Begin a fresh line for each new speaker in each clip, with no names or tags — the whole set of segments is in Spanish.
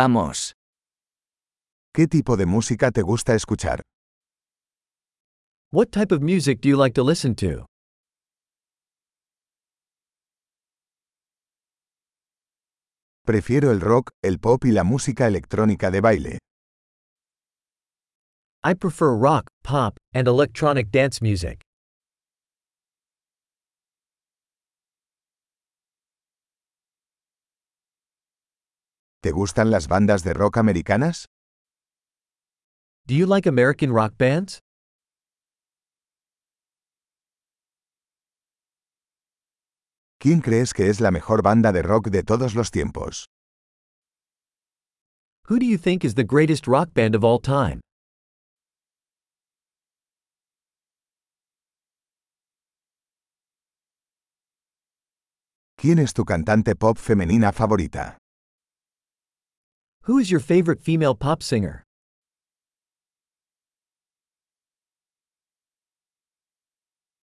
Vamos.
¿Qué tipo de música te gusta escuchar?
What type of music do you like to listen to?
Prefiero el rock, el pop y la música electrónica de baile.
I prefer rock, pop, and electronic dance music.
¿Te gustan las bandas de rock americanas?
Do you like American rock bands?
¿Quién crees que es la mejor banda de rock de todos los tiempos?
Who do you think is the greatest rock band of all time?
¿Quién es tu cantante pop femenina favorita?
Who is your favorite female pop singer?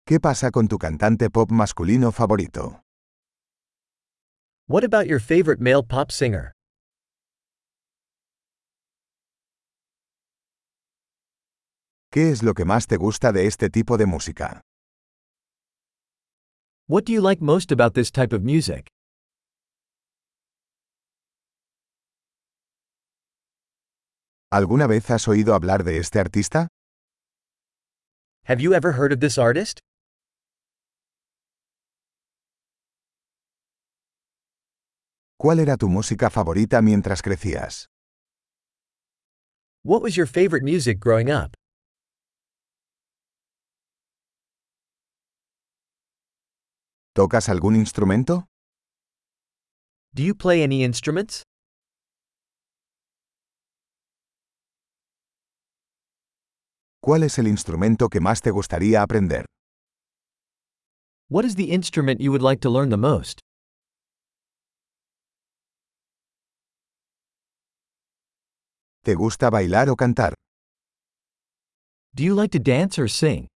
¿Qué pasa con tu cantante pop masculino favorito?
What about your favorite male pop singer?
¿Qué es lo que más te gusta de este tipo de música?
What do you like most about this type of music?
¿Alguna vez has oído hablar de este artista?
Have you ever heard of this artist?
¿Cuál era tu música favorita mientras crecías?
What was your favorite music growing up?
¿Tocas algún instrumento?
Do you play any instruments?
¿Cuál es el instrumento que más te gustaría aprender?
What is the instrument you would like to learn the most?
¿Te gusta bailar o cantar?
Do you like to dance or sing?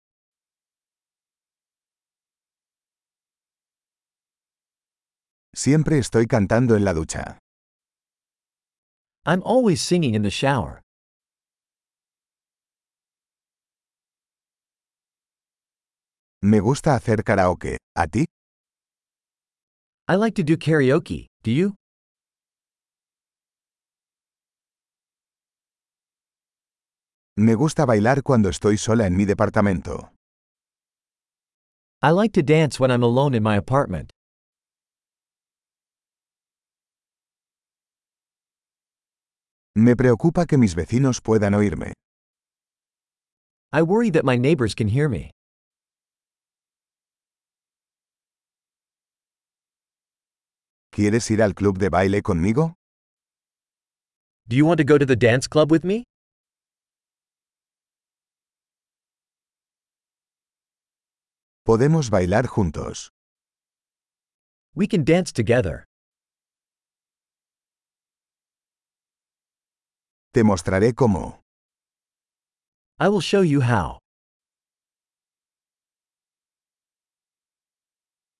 Siempre estoy cantando en la ducha.
I'm always singing in the shower.
Me gusta hacer karaoke. ¿A ti?
I like to do karaoke, do you?
Me gusta bailar cuando estoy sola en mi departamento.
I like to dance when I'm alone in my apartment.
Me preocupa que mis vecinos puedan oírme.
I worry that my neighbors can hear me.
¿Quieres ir al club de baile conmigo?
Do you want to go to the dance club with me?
Podemos bailar juntos.
We can dance together.
Te mostraré cómo.
I will show you how.